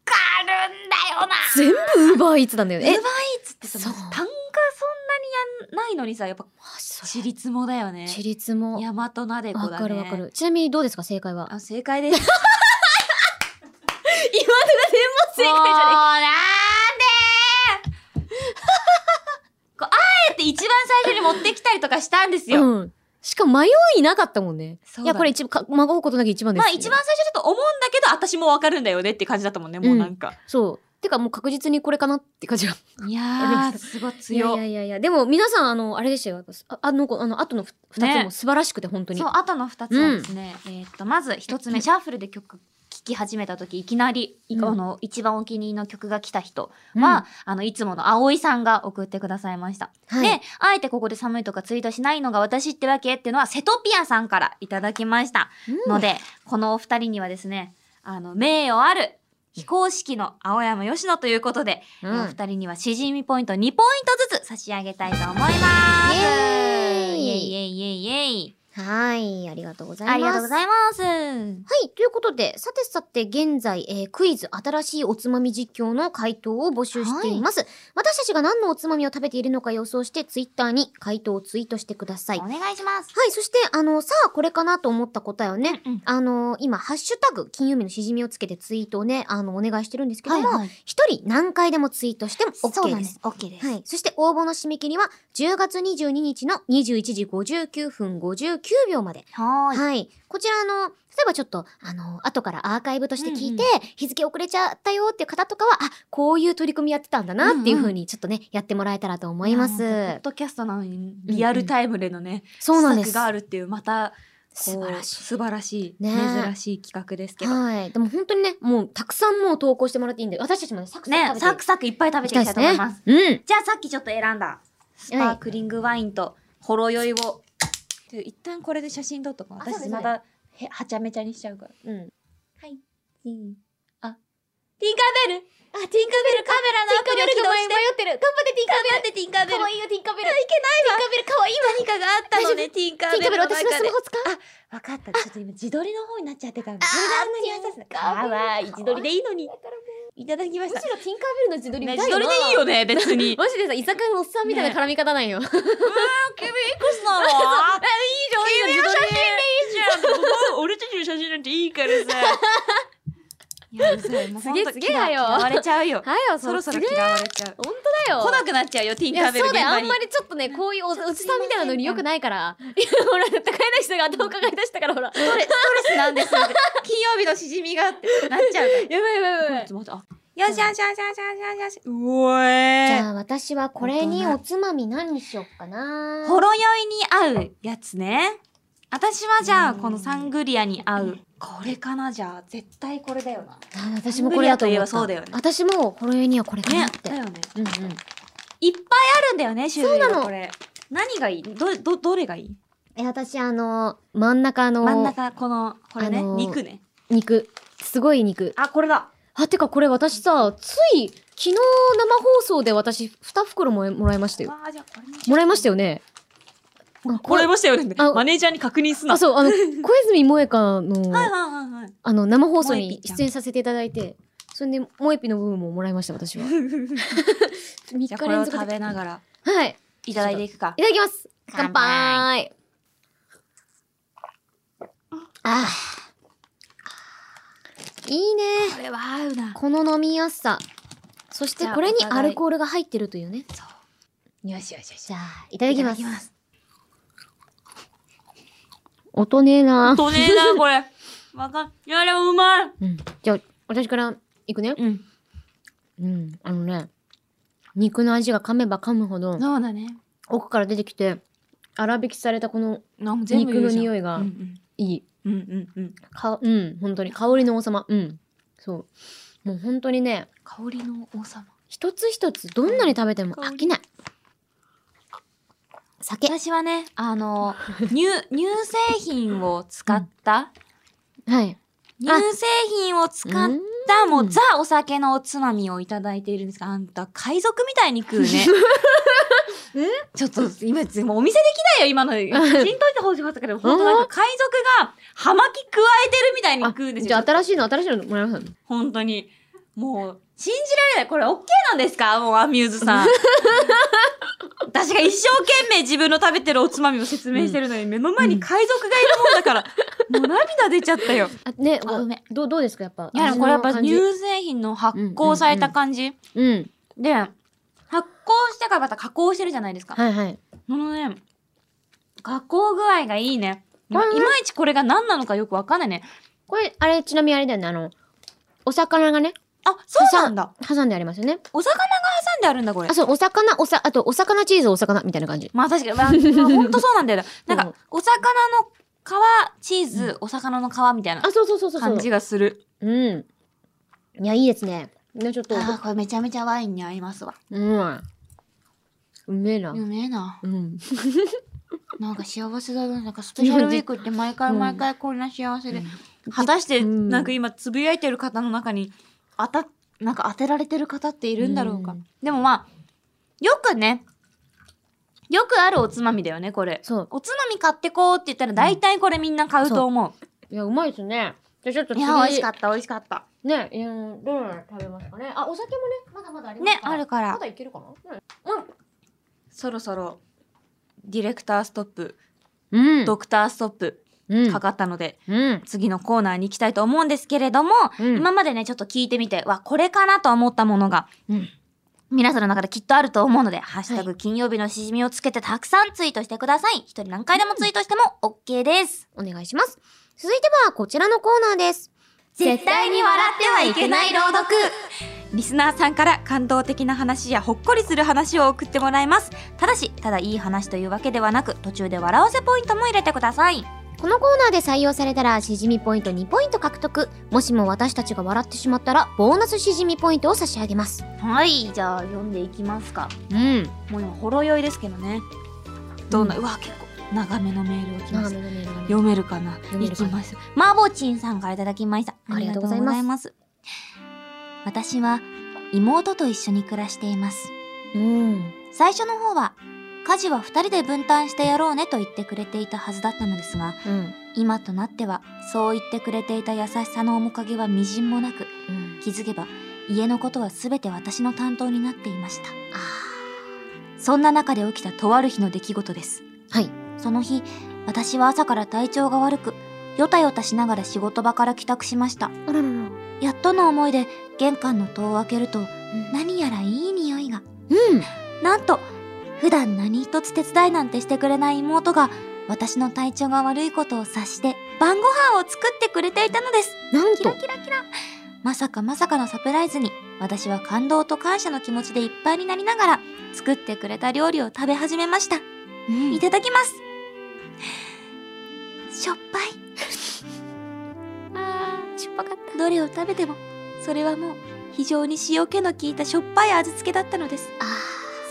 [SPEAKER 1] かるんだよな
[SPEAKER 2] 全部ウーバーイーツなんだよ
[SPEAKER 1] ウーバーイ
[SPEAKER 2] ね。
[SPEAKER 1] ーツってさ、
[SPEAKER 2] そう
[SPEAKER 1] 単価そんなにやんないのにさ、やっぱ、
[SPEAKER 2] マジそ
[SPEAKER 1] 私立もだよね
[SPEAKER 2] れ。。地立も。
[SPEAKER 1] 大和なでこ
[SPEAKER 2] わ
[SPEAKER 1] だね。
[SPEAKER 2] かるわか。る。ちなみにどうですか、正解は。
[SPEAKER 1] あ、正解 です。
[SPEAKER 2] 今のが全問
[SPEAKER 1] もうなんでこうあえて一番最初に持ってきたりとかしたんですよ。
[SPEAKER 2] うん。しかも迷いなかったもんね。
[SPEAKER 1] そう
[SPEAKER 2] い
[SPEAKER 1] だ
[SPEAKER 2] や、これ一番、かまごうことなき一番です
[SPEAKER 1] ま
[SPEAKER 2] よ
[SPEAKER 1] あ
[SPEAKER 2] ね、
[SPEAKER 1] 一番最初だと思うんだけど、私もわかるんだよねって感じだったもんね、もうなんか。
[SPEAKER 2] そう。てかもう確実にこれかなって感じが。
[SPEAKER 1] い
[SPEAKER 2] やー
[SPEAKER 1] すごい
[SPEAKER 2] いやいやいやいや、でも皆さん、あの、あれでしたよ。ああの、こあの、後のふ二つ
[SPEAKER 1] ね
[SPEAKER 2] も素晴らしくて、本当に。
[SPEAKER 1] そう、後の二つはですね、えーっと、まず一つ目、シャッフルで曲聴き始めた時、いきなり、
[SPEAKER 2] うん
[SPEAKER 1] あの、一番お気に入りの曲が来た人
[SPEAKER 2] うん
[SPEAKER 1] は、あの、いつもの葵さんが送ってくださいました。
[SPEAKER 2] はい
[SPEAKER 1] で、あえてここで寒いとかツイートしないのが私ってわけっていうのは、セトピアさんからいただきました。
[SPEAKER 2] うん
[SPEAKER 1] ので、このお二人にはですね、あの、名誉ある、非公式の青山吉野ということで、
[SPEAKER 2] うん
[SPEAKER 1] えーお二人にはしじみポイント2ポイントずつ差し上げたいと思います。
[SPEAKER 2] イエ
[SPEAKER 1] イエイ
[SPEAKER 2] ーイ
[SPEAKER 1] イエイイエイイエイ
[SPEAKER 2] はい、ありがとうございます。
[SPEAKER 1] ありがとうございます。
[SPEAKER 2] はい、ということで、さてさて現在、えークイズ新しいおつまみ実況の回答を募集しています。私たちが何のおつまみを食べているのか予想して、ツイッターに回答をツイートしてください。
[SPEAKER 1] お
[SPEAKER 2] はい、
[SPEAKER 1] 願いします。
[SPEAKER 2] そして、あの、さあ、これかなと思った答えをね、
[SPEAKER 1] うんうん
[SPEAKER 2] あの、今、ハッシュタグ、金曜日のしじみをつけてツイートをね、あの、お願いしてるんですけども、一、
[SPEAKER 1] い。
[SPEAKER 2] 人何回でもツイートしても OK です。。
[SPEAKER 1] OK です。
[SPEAKER 2] はい。そして応募の締め切りは10月22日の21時59分59秒まで。
[SPEAKER 1] は
[SPEAKER 2] はい。
[SPEAKER 1] ーい。
[SPEAKER 2] こちらあの、例えばちょっと、あの、後からアーカイブとして聞いて、日付遅れちゃったよっていう方とかは、あ、こういう取り組みやってたんだなっていうふうに、ちょっとね、やってもらえたらと思います。
[SPEAKER 1] いや本当ポッドキャストなのに、リアルタイムでのね、
[SPEAKER 2] そうなんで
[SPEAKER 1] 施
[SPEAKER 2] す。
[SPEAKER 1] 策があるっていう、また、こう
[SPEAKER 2] 素晴らしい。
[SPEAKER 1] 素晴らしい、
[SPEAKER 2] ねえ
[SPEAKER 1] 珍しい企画ですけど。
[SPEAKER 2] はい。でも本当にね、もうたくさんもう投稿してもらっていいんで、私たちもね、サクサク食べ
[SPEAKER 1] ね、
[SPEAKER 2] て
[SPEAKER 1] サクサクいっぱい食べていきたいと思います。
[SPEAKER 2] いですね。
[SPEAKER 1] じゃあさっきちょっと選んだ、スパークリングワインとほろ酔いを。で一旦これで写真撮っとこう。
[SPEAKER 2] あそうです
[SPEAKER 1] 私
[SPEAKER 2] ね
[SPEAKER 1] まだへはちゃめちゃにしちゃうから。
[SPEAKER 2] うん。うん。
[SPEAKER 1] はい。あ、ティンカーベル
[SPEAKER 2] あ、
[SPEAKER 1] ティンカーベルカメラのアプリを起動して。
[SPEAKER 2] ってる。頑張って、ティンカ
[SPEAKER 1] 頑張ってティンカーベル。
[SPEAKER 2] いいよ、ティンカーベル。いけないわ。ティンカーベル、かわいい
[SPEAKER 1] 何かがあったのね、ティンカー
[SPEAKER 2] ティ
[SPEAKER 1] ベ
[SPEAKER 2] ンカーベ
[SPEAKER 1] ルの
[SPEAKER 2] ル、
[SPEAKER 1] 中
[SPEAKER 2] 私のス
[SPEAKER 1] で
[SPEAKER 2] マ。ホ使う
[SPEAKER 1] わかった。ちょっと今自撮りの方になっちゃってたんで。
[SPEAKER 2] あー
[SPEAKER 1] 無駄なに優し
[SPEAKER 2] ティンカ
[SPEAKER 1] か
[SPEAKER 2] ーベル
[SPEAKER 1] わいい。自撮りでいいのに。いただきました。
[SPEAKER 2] ろティンカーベルの自撮
[SPEAKER 1] ね自撮りでいいよね、別に。
[SPEAKER 2] マジでさ、居酒屋のおっさんみたいな絡み方なんよ。いいじ
[SPEAKER 1] 君いくつなの
[SPEAKER 2] ゃん、いいじゃん、自撮りで。
[SPEAKER 1] 俺たちの写真なんていいからさ。いや、うざい。もう
[SPEAKER 2] すげえ
[SPEAKER 1] ほんと
[SPEAKER 2] すげえだよ
[SPEAKER 1] 嫌われちゃうよ。
[SPEAKER 2] はいよ、
[SPEAKER 1] そろそろ
[SPEAKER 2] すげえ
[SPEAKER 1] 嫌われちゃう。
[SPEAKER 2] 本当だよ。
[SPEAKER 1] 来なくなっちゃうよ、ティ
[SPEAKER 2] い
[SPEAKER 1] ン
[SPEAKER 2] や
[SPEAKER 1] カーベル
[SPEAKER 2] そう
[SPEAKER 1] 現
[SPEAKER 2] だよ、
[SPEAKER 1] 場
[SPEAKER 2] あ
[SPEAKER 1] に。
[SPEAKER 2] んまりちょっとね、こういうお
[SPEAKER 1] ちょっと
[SPEAKER 2] おじさんみたいなのに良くないから。いや、 ほら、高柳さんが頭抱え出したから、ほら。
[SPEAKER 1] ストレスストレスなんですって。金曜日のしじみがってなっちゃうから。
[SPEAKER 2] やばいやばいやばい。
[SPEAKER 1] よしよしよしよしよしよし。うおえ。
[SPEAKER 2] あ、私は
[SPEAKER 1] これにお
[SPEAKER 2] つまみ何にしよっかな
[SPEAKER 1] ほろ酔いに合うやつね。私はじゃあ、
[SPEAKER 2] うん
[SPEAKER 1] このサングリアに合う。これかなじゃあ、絶対これだよな。
[SPEAKER 2] あ私もこれだと思った。
[SPEAKER 1] サングリアといえばそうだよね
[SPEAKER 2] 私もほろ酔いにはこれか
[SPEAKER 1] ね
[SPEAKER 2] なっ。て。
[SPEAKER 1] だよね。
[SPEAKER 2] うんうん。
[SPEAKER 1] いっぱいあるんだよね、種類
[SPEAKER 2] そうな
[SPEAKER 1] が
[SPEAKER 2] の
[SPEAKER 1] これ。何がいいど、ど、どれがいい
[SPEAKER 2] え、私あの、真ん中の
[SPEAKER 1] 真ん中、この、これね、
[SPEAKER 2] あのー
[SPEAKER 1] 肉ね。
[SPEAKER 2] 肉。すごい肉。
[SPEAKER 1] あ、これだ。
[SPEAKER 2] あ、てかこれ私さ、つい昨日生放送で私2袋ももらいましたよ。
[SPEAKER 1] あーじゃあこれに
[SPEAKER 2] もらいましたよね。あ
[SPEAKER 1] これ
[SPEAKER 2] こ
[SPEAKER 1] ましたよね。
[SPEAKER 2] あ
[SPEAKER 1] マネージャーに確認すな。
[SPEAKER 2] あ、
[SPEAKER 1] は
[SPEAKER 2] そう、あの、小泉萌香
[SPEAKER 1] いはい
[SPEAKER 2] の、
[SPEAKER 1] はいはい。
[SPEAKER 2] あの、生放送
[SPEAKER 1] 萌え
[SPEAKER 2] に
[SPEAKER 1] ぴちゃん
[SPEAKER 2] 出演させていただいて、それで、萌えぴの部分ももらいました、私は。3
[SPEAKER 1] じゃ
[SPEAKER 2] 日
[SPEAKER 1] あこれ
[SPEAKER 2] 連
[SPEAKER 1] を
[SPEAKER 2] 続
[SPEAKER 1] 食
[SPEAKER 2] で。
[SPEAKER 1] べながら
[SPEAKER 2] はい。
[SPEAKER 1] いただいていくか
[SPEAKER 2] い。ただきます。
[SPEAKER 1] 乾
[SPEAKER 2] 乾
[SPEAKER 1] 杯
[SPEAKER 2] 杯。あーいいね。
[SPEAKER 1] これは合うな。
[SPEAKER 2] この飲みやすさ。そしてこれに
[SPEAKER 1] じゃあお
[SPEAKER 2] ア
[SPEAKER 1] 互い
[SPEAKER 2] ルコールが入ってるというね。
[SPEAKER 1] そう。よしよしよし。
[SPEAKER 2] じゃあ、いただきます。
[SPEAKER 1] いただきます
[SPEAKER 2] 音ねえな。
[SPEAKER 1] とねえな、これ。わかん、いや、でもうまい。
[SPEAKER 2] うんじゃあ、私からいくね。
[SPEAKER 1] うん。
[SPEAKER 2] うん、あのね、肉の味が噛めば噛むほど、
[SPEAKER 1] そうだね。
[SPEAKER 2] 奥から出てきて、粗挽きされたこの
[SPEAKER 1] なんか全部
[SPEAKER 2] 肉
[SPEAKER 1] 言
[SPEAKER 2] の
[SPEAKER 1] うじゃん
[SPEAKER 2] 匂いが
[SPEAKER 1] うんうん
[SPEAKER 2] いい。
[SPEAKER 1] うんうんうん。
[SPEAKER 2] かうん、本当に。香りの王様。うん。そう。もう本当にね、
[SPEAKER 1] 香りの王様。
[SPEAKER 2] 一つ一つどんなに食べても飽きない。酒。
[SPEAKER 1] 私はね、あ の、乳、乳製品を使った、
[SPEAKER 2] はい。
[SPEAKER 1] 乳製品を使っ
[SPEAKER 2] うん
[SPEAKER 1] た、もうザお酒のおつまみをいただいているんですが、あんた海賊みたいに 食うね。ちょっと、今、もうお見せできないよ、 今の。浸透してほしかったけど、本当なんか海賊が葉巻くわえてるみたいに食うんです
[SPEAKER 2] じゃ
[SPEAKER 1] よ
[SPEAKER 2] あ。新しいの、新しいのもらいます
[SPEAKER 1] 本当に。もう、信じられない。これ OK なんですかもうアミューズさん。 私が一生懸命自分の食べてるおつまみを説明してるのに、目の前に海賊がいるもんだから、 もう涙出ちゃったよ。
[SPEAKER 2] あ、ね、
[SPEAKER 1] あ
[SPEAKER 2] お
[SPEAKER 1] うめ
[SPEAKER 2] どう、どうですかやっぱ。
[SPEAKER 1] いや、でもこれやっぱ
[SPEAKER 2] 味の感
[SPEAKER 1] 乳
[SPEAKER 2] じ
[SPEAKER 1] 製品の発酵された感じ。
[SPEAKER 2] うん。
[SPEAKER 1] で、発酵してからまた加工してるじゃないですか。
[SPEAKER 2] はいはい。
[SPEAKER 1] このね、加工具合がいいね。い
[SPEAKER 2] こ
[SPEAKER 1] ま
[SPEAKER 2] れね
[SPEAKER 1] いちこれが何なのかよくわかんないね。
[SPEAKER 2] これ、あれ、ちなみにあれだよね、あの、お魚がね、
[SPEAKER 1] あ、そうなんだ。
[SPEAKER 2] 挟んでありますよね。
[SPEAKER 1] お魚が挟んであるんだ、これ
[SPEAKER 2] あ、。そう、お魚、おさ、あと、お魚チーズ、お魚、みたいな感じ。
[SPEAKER 1] まあ確かに、まあ、まあ、 ほんとそうなんだよな。なん
[SPEAKER 2] う
[SPEAKER 1] か
[SPEAKER 2] ん、
[SPEAKER 1] お魚の皮、チーズ、お魚の皮みたいな
[SPEAKER 2] あ、そうそうそうそうそう。
[SPEAKER 1] 感じがする。
[SPEAKER 2] うん。いや、いいですね。ね、ちょっと。
[SPEAKER 1] あーこれめちゃめちゃワインに合いますわ。
[SPEAKER 2] うん。うめえな
[SPEAKER 1] う。めえな。
[SPEAKER 2] うん。
[SPEAKER 1] なんか幸せだな。なんかスペシャルウィークって毎回
[SPEAKER 2] うん
[SPEAKER 1] 毎回こんな幸せで。果たして、
[SPEAKER 2] うん
[SPEAKER 1] なんか今つぶやいてる方の中に、当た、なんか当てられてる方っているんだろうか。
[SPEAKER 2] うん
[SPEAKER 1] でもまあ、よくね、よくあるおつまみだよね、これ。
[SPEAKER 2] そう。
[SPEAKER 1] おつまみ買ってこうって言ったら大体これみんな買うと思
[SPEAKER 2] いや、うまいですね。じゃあちょっと
[SPEAKER 1] う。い
[SPEAKER 2] 次。
[SPEAKER 1] や、美味しかった、美味しかった。
[SPEAKER 2] ね、いやどうなの食べますかね。あ、お酒もね、まだまだあります
[SPEAKER 1] ね、あるか
[SPEAKER 2] ま
[SPEAKER 1] ら
[SPEAKER 2] だ。いけるかな
[SPEAKER 1] そろそろ、ディレクターストップ、
[SPEAKER 2] うん。
[SPEAKER 1] ドクターストップ
[SPEAKER 2] うん。
[SPEAKER 1] かかったので、
[SPEAKER 2] うん。
[SPEAKER 1] 次のコーナーに行きたいと思うんですけれども、
[SPEAKER 2] うん
[SPEAKER 1] 今までね、ちょっと聞いてみて、わ、これかなと思ったものが、
[SPEAKER 2] うん
[SPEAKER 1] 皆さんの中できっとあると思うので、ハッシュタグ金曜日のしじみをつけてたくさんツイートしてください。一人何回でもツイートしても OK です。
[SPEAKER 2] お願いします。続いては、こちらのコーナーです。
[SPEAKER 1] 絶対に笑ってはいけない朗読リスナーさんから感動的な話やほっこりする話を送ってもらいますただしただいい話というわけではなく途中で笑わせポイントも入れてください
[SPEAKER 2] このコーナーで採用されたら、しじみポイント2ポイント獲得。もしも私たちが笑ってしまったら、ボーナスしじみポイントを差し上げます。
[SPEAKER 1] はいじゃあ読んでいきますか
[SPEAKER 2] うん。
[SPEAKER 1] もう今ほろ酔いですけどねどんな、うわ結構長めのメールをきま
[SPEAKER 2] 長
[SPEAKER 1] し
[SPEAKER 2] め
[SPEAKER 1] た
[SPEAKER 2] のメールがね。
[SPEAKER 1] 読めるかな
[SPEAKER 2] 読めるか
[SPEAKER 1] い
[SPEAKER 2] な
[SPEAKER 1] きますマーボーチンさんからいただきました
[SPEAKER 2] ありがとうござ
[SPEAKER 1] ありがと
[SPEAKER 2] います
[SPEAKER 1] うございます私は妹と一緒に暮らしています
[SPEAKER 2] うん。
[SPEAKER 1] 最初の方は家事は2人で分担してやろうねと言ってくれていたはずだったのですが
[SPEAKER 2] うん。
[SPEAKER 1] 今となってはそう言ってくれていた優しさの面影はみじんもなく
[SPEAKER 2] うん。
[SPEAKER 1] 気づけば家のことは全て私の担当になっていました
[SPEAKER 2] あ
[SPEAKER 1] そんな中で起きたとある日の出来事です
[SPEAKER 2] あ。はい。
[SPEAKER 1] その日私は朝から体調が悪くよたよたしながら仕事場から帰宅しました
[SPEAKER 2] あららら。
[SPEAKER 1] やっとの思いで玄関の戸を開けると
[SPEAKER 2] な
[SPEAKER 1] 何やらいい匂いが
[SPEAKER 2] うん。
[SPEAKER 1] なんと普段何一つ手伝いなんてしてくれない妹が私の体調が悪いことを察して晩ご飯を作ってくれていたのです
[SPEAKER 2] なん
[SPEAKER 1] キ
[SPEAKER 2] と
[SPEAKER 1] ラ。キラキラまさかまさかのサプライズに私は感動と感謝の気持ちでいっぱいになりながら作ってくれた料理を食べ始めました
[SPEAKER 2] うん
[SPEAKER 1] いただきますしょっぱい
[SPEAKER 2] あーしょっぱかった。
[SPEAKER 1] どれを食べてもそれはもう非常に塩気の効いたしょっぱい味付けだったのです
[SPEAKER 2] あ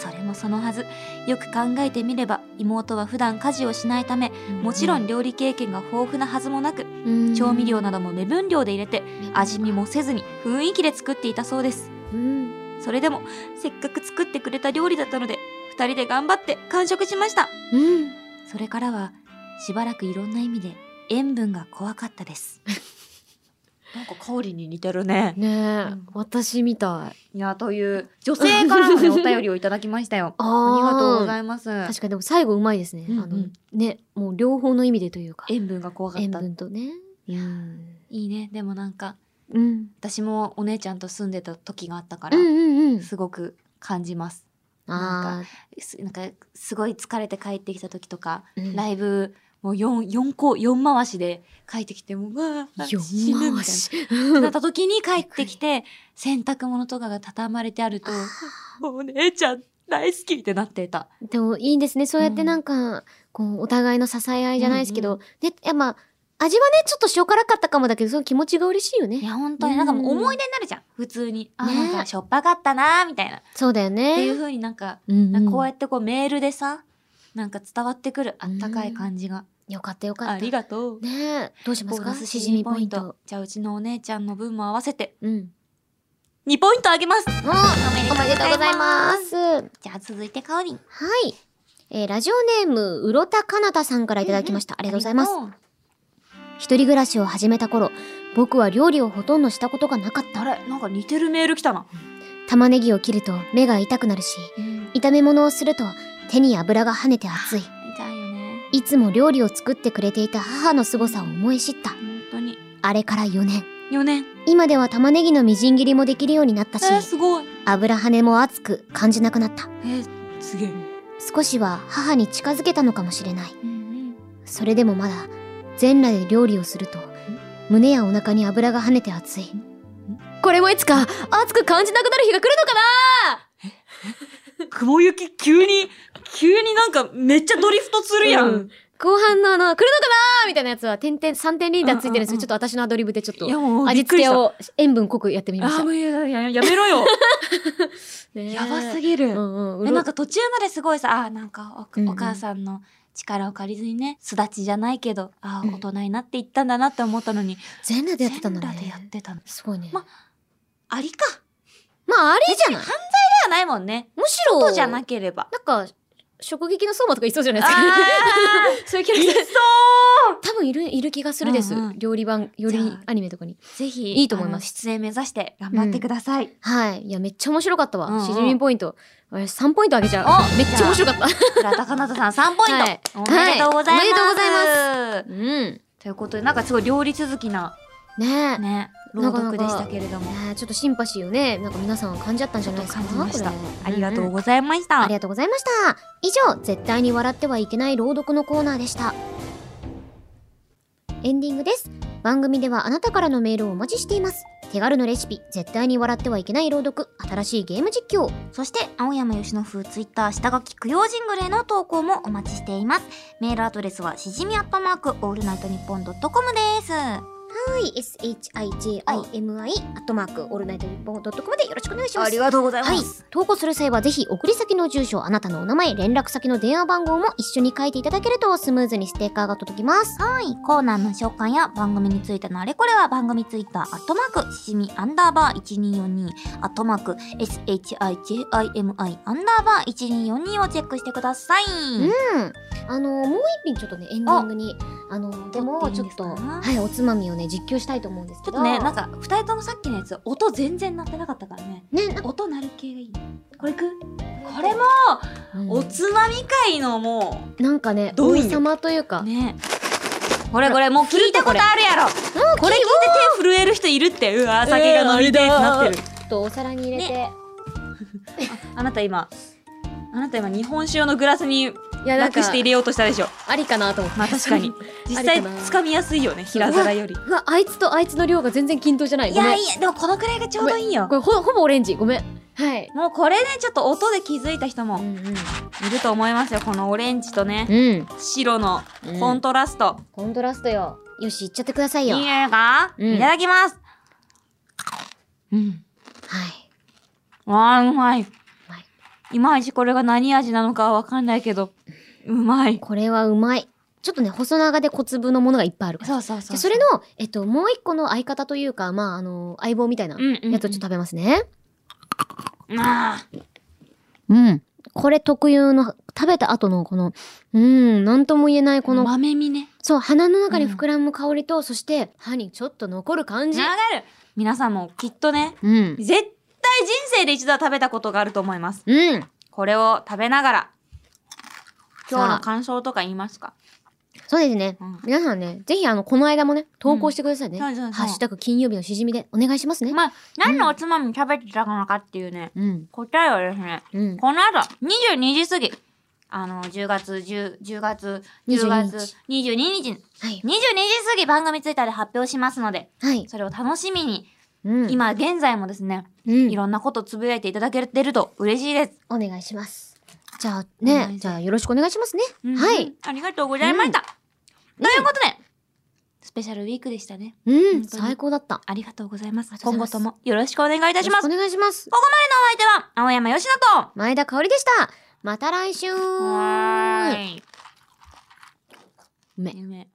[SPEAKER 1] それもそのはずよく考えてみれば妹は普段家事をしないためもちろん、料理経験が豊富なはずもなく
[SPEAKER 2] うん
[SPEAKER 1] 調味料なども目分量で入れて味見もせずに雰囲気で作っていたそうです
[SPEAKER 2] うん。
[SPEAKER 1] それでもせっかく作ってくれた料理だったので2人で頑張って完食しました
[SPEAKER 2] うん。
[SPEAKER 1] それからはしばらくいろんな意味で塩分が怖かったです なんか香りに似てるね
[SPEAKER 2] ねえ、
[SPEAKER 1] うん
[SPEAKER 2] 私みたい。
[SPEAKER 1] いやという女性からの、ね、お便りをいただきましたよ あ
[SPEAKER 2] あー
[SPEAKER 1] りがとうございます
[SPEAKER 2] 確かにでも最後うまいですね。
[SPEAKER 1] うんうん
[SPEAKER 2] あのね、もう両方の意味でというか。
[SPEAKER 1] 塩分が怖かっ
[SPEAKER 2] 塩
[SPEAKER 1] た
[SPEAKER 2] 分とね。
[SPEAKER 1] いいねでもなんか
[SPEAKER 2] うん。
[SPEAKER 1] 私もお姉ちゃんと住んでた時があったか
[SPEAKER 2] う
[SPEAKER 1] ら、
[SPEAKER 2] んうんうん。
[SPEAKER 1] すごく感じます
[SPEAKER 2] あ
[SPEAKER 1] すなんかすごい疲れて帰ってきた時とか、
[SPEAKER 2] あ、うん
[SPEAKER 1] ライブもう 4, 四個四回しで帰ってきてもううわあ
[SPEAKER 2] 四
[SPEAKER 1] 死ぬみたい
[SPEAKER 2] 回し。
[SPEAKER 1] ななった時に帰ってきて洗濯物とかが畳まれてあ るともうお姉ちゃん大好きってなっていた
[SPEAKER 2] でもいいですね。そうやってなんか、こうお互いの支え合いじゃないですけど、
[SPEAKER 1] う
[SPEAKER 2] ね、いやまあ味はねちょっと塩辛かったかもだけど、その気持ちが嬉しい
[SPEAKER 1] い
[SPEAKER 2] よね。
[SPEAKER 1] や本当になんかもう思い出になるじゃん普通にあ
[SPEAKER 2] ね
[SPEAKER 1] なんかしょっぱかったなーみたいなっ
[SPEAKER 2] そうだよ
[SPEAKER 1] ていう
[SPEAKER 2] ね。
[SPEAKER 1] 風になんか
[SPEAKER 2] うん
[SPEAKER 1] なんかこう
[SPEAKER 2] い
[SPEAKER 1] やってこうメールでさ、なんか伝わってくるあったかい感じが。
[SPEAKER 2] よかったよかった。
[SPEAKER 1] ありがとう。
[SPEAKER 2] ねえ。どうしま
[SPEAKER 1] ボ
[SPEAKER 2] す
[SPEAKER 1] ー
[SPEAKER 2] か
[SPEAKER 1] ナスしじみポイント。。じゃあうちのお姉ちゃんの分も合わせて
[SPEAKER 2] うん。
[SPEAKER 1] 2ポイントあげます。
[SPEAKER 2] おおめでとうございます。は
[SPEAKER 1] じゃあ続いてかおりん。
[SPEAKER 2] い。えーラジオネーム、うろたかなたさんからいただきました。あ
[SPEAKER 1] あ
[SPEAKER 2] りがとうございます。一人暮らしを始めた頃、僕は料理をほとんどしたことがなかっ
[SPEAKER 1] あ
[SPEAKER 2] た。
[SPEAKER 1] れなんか似てるメール来たな。
[SPEAKER 2] 玉ねぎを切ると目が痛くなるし、
[SPEAKER 1] うん。
[SPEAKER 2] 炒め物をすると手に油が跳ねて熱い。
[SPEAKER 1] 痛いよね。
[SPEAKER 2] いつも料理を作ってくれていた母の凄さを思い知った。
[SPEAKER 1] 本当に。
[SPEAKER 2] あれから4年。
[SPEAKER 1] 4年。
[SPEAKER 2] 今では玉ねぎのみじん切りもできるようになった
[SPEAKER 1] え
[SPEAKER 2] し、
[SPEAKER 1] ー、すごい。
[SPEAKER 2] 油跳ねも熱く感じなくなった。
[SPEAKER 1] えー、すげえ。
[SPEAKER 2] 少しは母に近づけたのかもしれない。
[SPEAKER 1] うん
[SPEAKER 2] それでもまだ全裸で料理をすると胸やお腹に油が跳ねて熱いこれもいつか熱く感じなくなる日が来るのか
[SPEAKER 1] う
[SPEAKER 2] な
[SPEAKER 1] ん。雲行き急に、急になんかめっちゃドリフトするや。
[SPEAKER 2] うん後半のあの来るのかなみたいなやつは点々3点リーダーついてるんです
[SPEAKER 1] うんうんう
[SPEAKER 2] けど、
[SPEAKER 1] ん
[SPEAKER 2] ちょっと私のアドリブでちょっと
[SPEAKER 1] いやもうび
[SPEAKER 2] 味
[SPEAKER 1] っく
[SPEAKER 2] 付
[SPEAKER 1] りし
[SPEAKER 2] け
[SPEAKER 1] た。
[SPEAKER 2] を塩分濃くやってみまし
[SPEAKER 1] あ
[SPEAKER 2] た
[SPEAKER 1] ー、もうやややめろよ。 やばす
[SPEAKER 2] ぎ
[SPEAKER 1] ぎる。
[SPEAKER 2] うんうんう
[SPEAKER 1] え
[SPEAKER 2] ろ
[SPEAKER 1] なんか途中まですごいさあーなんかお,、
[SPEAKER 2] うんうん
[SPEAKER 1] お母さんの力を借りずにね巣立ちじゃないけどああ
[SPEAKER 2] うん
[SPEAKER 1] 大人になっていったんだなって思ったのに、
[SPEAKER 2] 全裸でやってたの
[SPEAKER 1] 全裸でやっ
[SPEAKER 2] ね
[SPEAKER 1] てたの
[SPEAKER 2] すごいねま
[SPEAKER 1] まありか
[SPEAKER 2] ああれじゃな
[SPEAKER 1] で
[SPEAKER 2] い
[SPEAKER 1] はないもんね
[SPEAKER 2] むしろ
[SPEAKER 1] ことじゃなければ
[SPEAKER 2] なんか食撃の相馬とかいそうじゃないですか
[SPEAKER 1] あ
[SPEAKER 2] そういうキャ
[SPEAKER 1] ー
[SPEAKER 2] ラ
[SPEAKER 1] い
[SPEAKER 2] クター
[SPEAKER 1] そう
[SPEAKER 2] 多分いるいる気がするです、
[SPEAKER 1] うんうん
[SPEAKER 2] 料理版料
[SPEAKER 1] じゃ
[SPEAKER 2] 理
[SPEAKER 1] あ
[SPEAKER 2] アニメとかに
[SPEAKER 1] ぜひ
[SPEAKER 2] いいと思いま
[SPEAKER 1] あ
[SPEAKER 2] す
[SPEAKER 1] の出演目指して頑張ってください、
[SPEAKER 2] はい。いや、めっちゃ面白かったわ。
[SPEAKER 1] うんうん
[SPEAKER 2] しじみポイント。私3ポイントあげちゃ
[SPEAKER 1] お
[SPEAKER 2] う。めっちゃ面白かった。
[SPEAKER 1] 倉田かなたさん3ポイント、
[SPEAKER 2] はい
[SPEAKER 1] おめでとうございます、
[SPEAKER 2] はい
[SPEAKER 1] と
[SPEAKER 2] うん。ね
[SPEAKER 1] いうことでなんかすごい料理続きな
[SPEAKER 2] え。ね
[SPEAKER 1] ね朗読でしたけれども
[SPEAKER 2] えちょっとシンパシーをね、なんか皆さん感じちゃったんじゃないですか
[SPEAKER 1] ちょっと感じました
[SPEAKER 2] こ
[SPEAKER 1] あ
[SPEAKER 2] れ
[SPEAKER 1] りがと
[SPEAKER 2] ん
[SPEAKER 1] うんございました、
[SPEAKER 2] ありがとうございました。以上、絶対に笑ってはいけない朗読のコーナーでした。エンディングです。番組ではあなたからのメールをお待ちしています。手軽のレシピ、絶対に笑ってはいけない朗読、新しいゲーム実況。
[SPEAKER 1] そして、青山由伸風ツイッター下書き供養ジングルへの投稿もお待ちしています。メールアドレスはしじみアットマークオールナイトニッポンドットコムです。
[SPEAKER 2] はい、shijimi アットマークオールナイトニッポンドットコムでよろしくお願いします。
[SPEAKER 1] がとうござ
[SPEAKER 2] はい。投稿する際はぜひ送り先の住所、あなたのお名前、連絡先の電話番号も一緒に書いていただけるとスムーズにステッカーが届きます。
[SPEAKER 1] はい。コーナーの紹介や番組についてのあれこれは番組ツイッターアットマークしじみアンダーバー1242アットマーク SHIJIMI アンダーバー1242をチェックしてください。
[SPEAKER 2] うん。あのもう一品ちょっとねエンディングにあのでも
[SPEAKER 1] 撮って
[SPEAKER 2] ち
[SPEAKER 1] いいん
[SPEAKER 2] ょっ
[SPEAKER 1] です
[SPEAKER 2] と
[SPEAKER 1] か
[SPEAKER 2] はいおつまみをね実況したいと思うんです
[SPEAKER 1] ち
[SPEAKER 2] け
[SPEAKER 1] ょっ
[SPEAKER 2] ど。
[SPEAKER 1] とね、なんか二人ともさっきのやつ音全然鳴ってなかったからね。
[SPEAKER 2] ねなんか
[SPEAKER 1] 音鳴る系がいいね。これいくこれも、
[SPEAKER 2] うん
[SPEAKER 1] おつまみ会のもう、
[SPEAKER 2] なんかね
[SPEAKER 1] どうい
[SPEAKER 2] 王
[SPEAKER 1] う
[SPEAKER 2] 様というか。
[SPEAKER 1] ねこれこれもう聞いたことあるやろ
[SPEAKER 2] もう
[SPEAKER 1] これ聞いて手震える人いるってうわー酒が飲みてえってなってる、
[SPEAKER 2] ちょっとお皿に入れて。
[SPEAKER 1] あなた今あなた今日本酒用のグラスに
[SPEAKER 2] いやなん
[SPEAKER 1] 楽
[SPEAKER 2] か
[SPEAKER 1] して入れようとしたでしょ
[SPEAKER 2] ありかなと思って。
[SPEAKER 1] まあ確かに 実
[SPEAKER 2] あ
[SPEAKER 1] 際
[SPEAKER 2] りかな
[SPEAKER 1] つかみやすいよね平皿より
[SPEAKER 2] うわあいつとあいつの量が全然均等じゃない。
[SPEAKER 1] い
[SPEAKER 2] ごめ
[SPEAKER 1] や
[SPEAKER 2] ん
[SPEAKER 1] いやでもこのくらいがちょうどいいよ
[SPEAKER 2] これほほぼオレンジごめんはい
[SPEAKER 1] もうこれねちょっと音で気づいた人も
[SPEAKER 2] んうん
[SPEAKER 1] いると思いますよこのオレンジとね
[SPEAKER 2] うん
[SPEAKER 1] 白の
[SPEAKER 2] うん
[SPEAKER 1] コントラスト、
[SPEAKER 2] コントラストよよしいっちゃってくださいよ
[SPEAKER 1] いい
[SPEAKER 2] はい
[SPEAKER 1] か、
[SPEAKER 2] うん
[SPEAKER 1] いただきますうんわーうまい
[SPEAKER 2] まい
[SPEAKER 1] いまいちこれが何味なのかはわかんないけどうまい
[SPEAKER 2] これはうまいちょっとね細長で小粒のものがいっぱいあるから
[SPEAKER 1] そうそうそ
[SPEAKER 2] で
[SPEAKER 1] う
[SPEAKER 2] それのえっともう一個の相方というかまああの相棒みたいな
[SPEAKER 1] うんうんうん
[SPEAKER 2] やつをちょっと食べますね
[SPEAKER 1] あ
[SPEAKER 2] うん、これ特有の食べた後のこのうんなんとも言えないこ
[SPEAKER 1] この
[SPEAKER 2] の、
[SPEAKER 1] 豆みね
[SPEAKER 2] そう鼻の中に膨らむ香りと、そして歯にちょっと残る感
[SPEAKER 1] 上
[SPEAKER 2] じ
[SPEAKER 1] がる皆さんもきっとね
[SPEAKER 2] うん
[SPEAKER 1] 絶対人生で一度は食べたことがあると思います
[SPEAKER 2] うん
[SPEAKER 1] これを食べながら今日
[SPEAKER 2] さ
[SPEAKER 1] の
[SPEAKER 2] あ
[SPEAKER 1] 感想とか言いますか
[SPEAKER 2] そうですね。
[SPEAKER 1] うん
[SPEAKER 2] 皆さんね、ぜひあの、この間もね、投稿してくださいね。
[SPEAKER 1] うんそうそうそう
[SPEAKER 2] ハッシュタグ金曜日のしじみでお願いしますね。
[SPEAKER 1] まあ何のおつまみ食べてたのかっていうね
[SPEAKER 2] うん。
[SPEAKER 1] 答えはですね
[SPEAKER 2] うん。
[SPEAKER 1] この後22時過ぎあの10月 10, 10月10月22日
[SPEAKER 2] はい
[SPEAKER 1] 22。時過ぎ番組ツイッターで発表しますので
[SPEAKER 2] はい。
[SPEAKER 1] それを楽しみに
[SPEAKER 2] うん、
[SPEAKER 1] 今現在もですね、
[SPEAKER 2] うん
[SPEAKER 1] いろんなことつぶやいていただけてると嬉しいです。
[SPEAKER 2] お願いします。じゃあ
[SPEAKER 1] お願いしま
[SPEAKER 2] ね、
[SPEAKER 1] す
[SPEAKER 2] じゃあよろしくお願いしますね。
[SPEAKER 1] うん
[SPEAKER 2] はい。。
[SPEAKER 1] ありがとうございました。ということで、スペシャルウィークでしたね。
[SPEAKER 2] う
[SPEAKER 1] 本
[SPEAKER 2] ん、
[SPEAKER 1] 当に
[SPEAKER 2] 最高だった。
[SPEAKER 1] ありがとうございます
[SPEAKER 2] あ。りがとう
[SPEAKER 1] 今
[SPEAKER 2] ご
[SPEAKER 1] 後
[SPEAKER 2] ざ
[SPEAKER 1] と
[SPEAKER 2] います
[SPEAKER 1] もよろしくお願いいたします。お
[SPEAKER 2] よろしくお願いします。
[SPEAKER 1] 相手は、青山よしと、
[SPEAKER 2] 前田香織でした。
[SPEAKER 3] また来週
[SPEAKER 2] はーい。
[SPEAKER 3] め
[SPEAKER 2] 夢